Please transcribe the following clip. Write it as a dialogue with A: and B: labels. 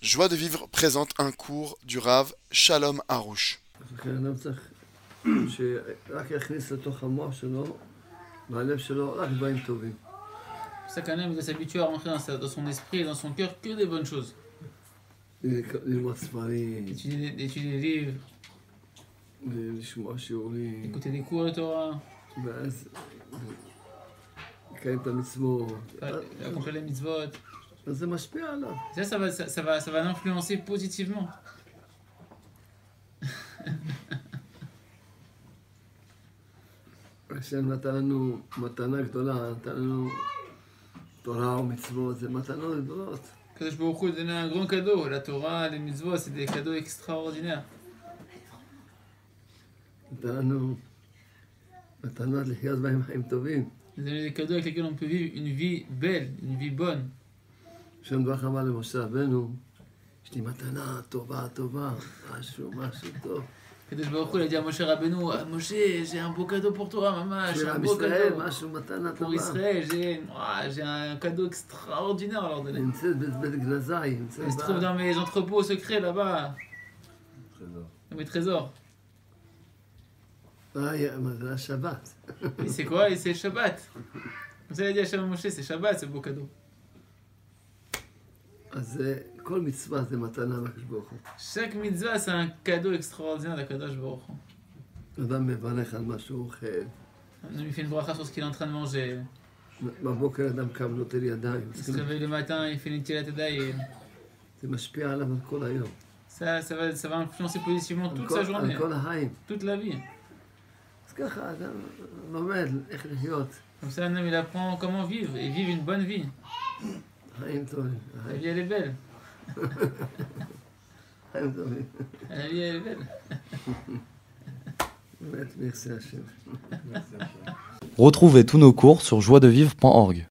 A: Joie de vivre présente un cours du Rav Shalom Harouche.
B: לכן אדם צריך שרק יכניס לתוך המוח שלו, והלב שלו, רק דברים טובים.
C: C'est pour ça qu'un homme doit s'habituer à rentrer dans, sa- dans son esprit et dans son cœur que des bonnes choses.
B: ללמוד ספרים,
C: Étudier, des- étudier des livres,
B: לשמוע שיעורים,
C: écouter des cours de Torah,
B: ואז לקיים את המצוות.
C: faire- accomplir les mitzvot.
B: אז זה משפיע עליו.
C: Ça, ça va, ça, ça va, ça va l'influencer positivement.
B: השם נתן לנו מתנה גדולה, נתן לנו תורה ומצוות, זה מתנות גדולות.
C: Kadosh Baruch Hu a donné un grand cadeau. La Torah, les mitzvot, c'est des cadeaux extraordinaires.
B: נתן לנו מתנות לחיות בהם חיים טובים.
C: Il a donné des cadeaux avec lesquels on peut vivre une vie belle, une vie bonne.
B: השם ברוך אמר למשה רבנו, יש לי מתנה טובה טובה, משהו משהו טוב.
C: Kadosh Baruch Hu, il a dit à Moshe Rabbeinu, ah, Moshe, j'ai un beau cadeau pour toi, maman,
B: של
C: j'ai un
B: עם
C: beau
B: ישראל,
C: cadeau.
B: משהו מתנה
C: Pour
B: טובה.
C: Israël, j'ai ah, j'ai un cadeau extraordinaire à leur donner.
B: נמצאת בבית גנזי, נמצאת
C: Elle se trouve
B: בארץ.
C: dans mes entrepôts secrets là-bas, dans mes trésors.
B: אה, יא, מה זה השבת.
C: Et c'est quoi Et c'est Shabbat. Comme ça, il a dit à Shabbat Moshe, c'est Shabbat, ce beau cadeau.
B: אז אה, כל מצווה זה מתנה מהקדוש ברוך הוא.
C: Chaque mitzvah, c'est un cadeau extraordinaire d'Akadosh Baruch. Hu.
B: אדם מברך על מה שהוא אוכל.
C: Un homme, il fait une bracha sur ce qu'il est en train de manger.
B: בבוקר אדם קם, נוטל ידיים.
C: Il se réveille le matin, il fait une tilat et
B: זה משפיע עליו על כל היום.
C: ça, ça, va, ça va influencer positivement
B: על
C: toute
B: כל-
C: sa journée,
B: על כל החיים.
C: toute la vie.
B: אז ככה אדם לומד איך לחיות.
C: Comme ça, un homme, il apprend comment vivre et vivre une bonne vie.
B: חיים טובים.
C: La
B: החיים-
C: vie, elle est belle.
B: חיים טובים.
C: La vie, elle est belle.
B: באמת, מרצה השם.
D: Retrouvez tous nos cours sur joiedevivre.org.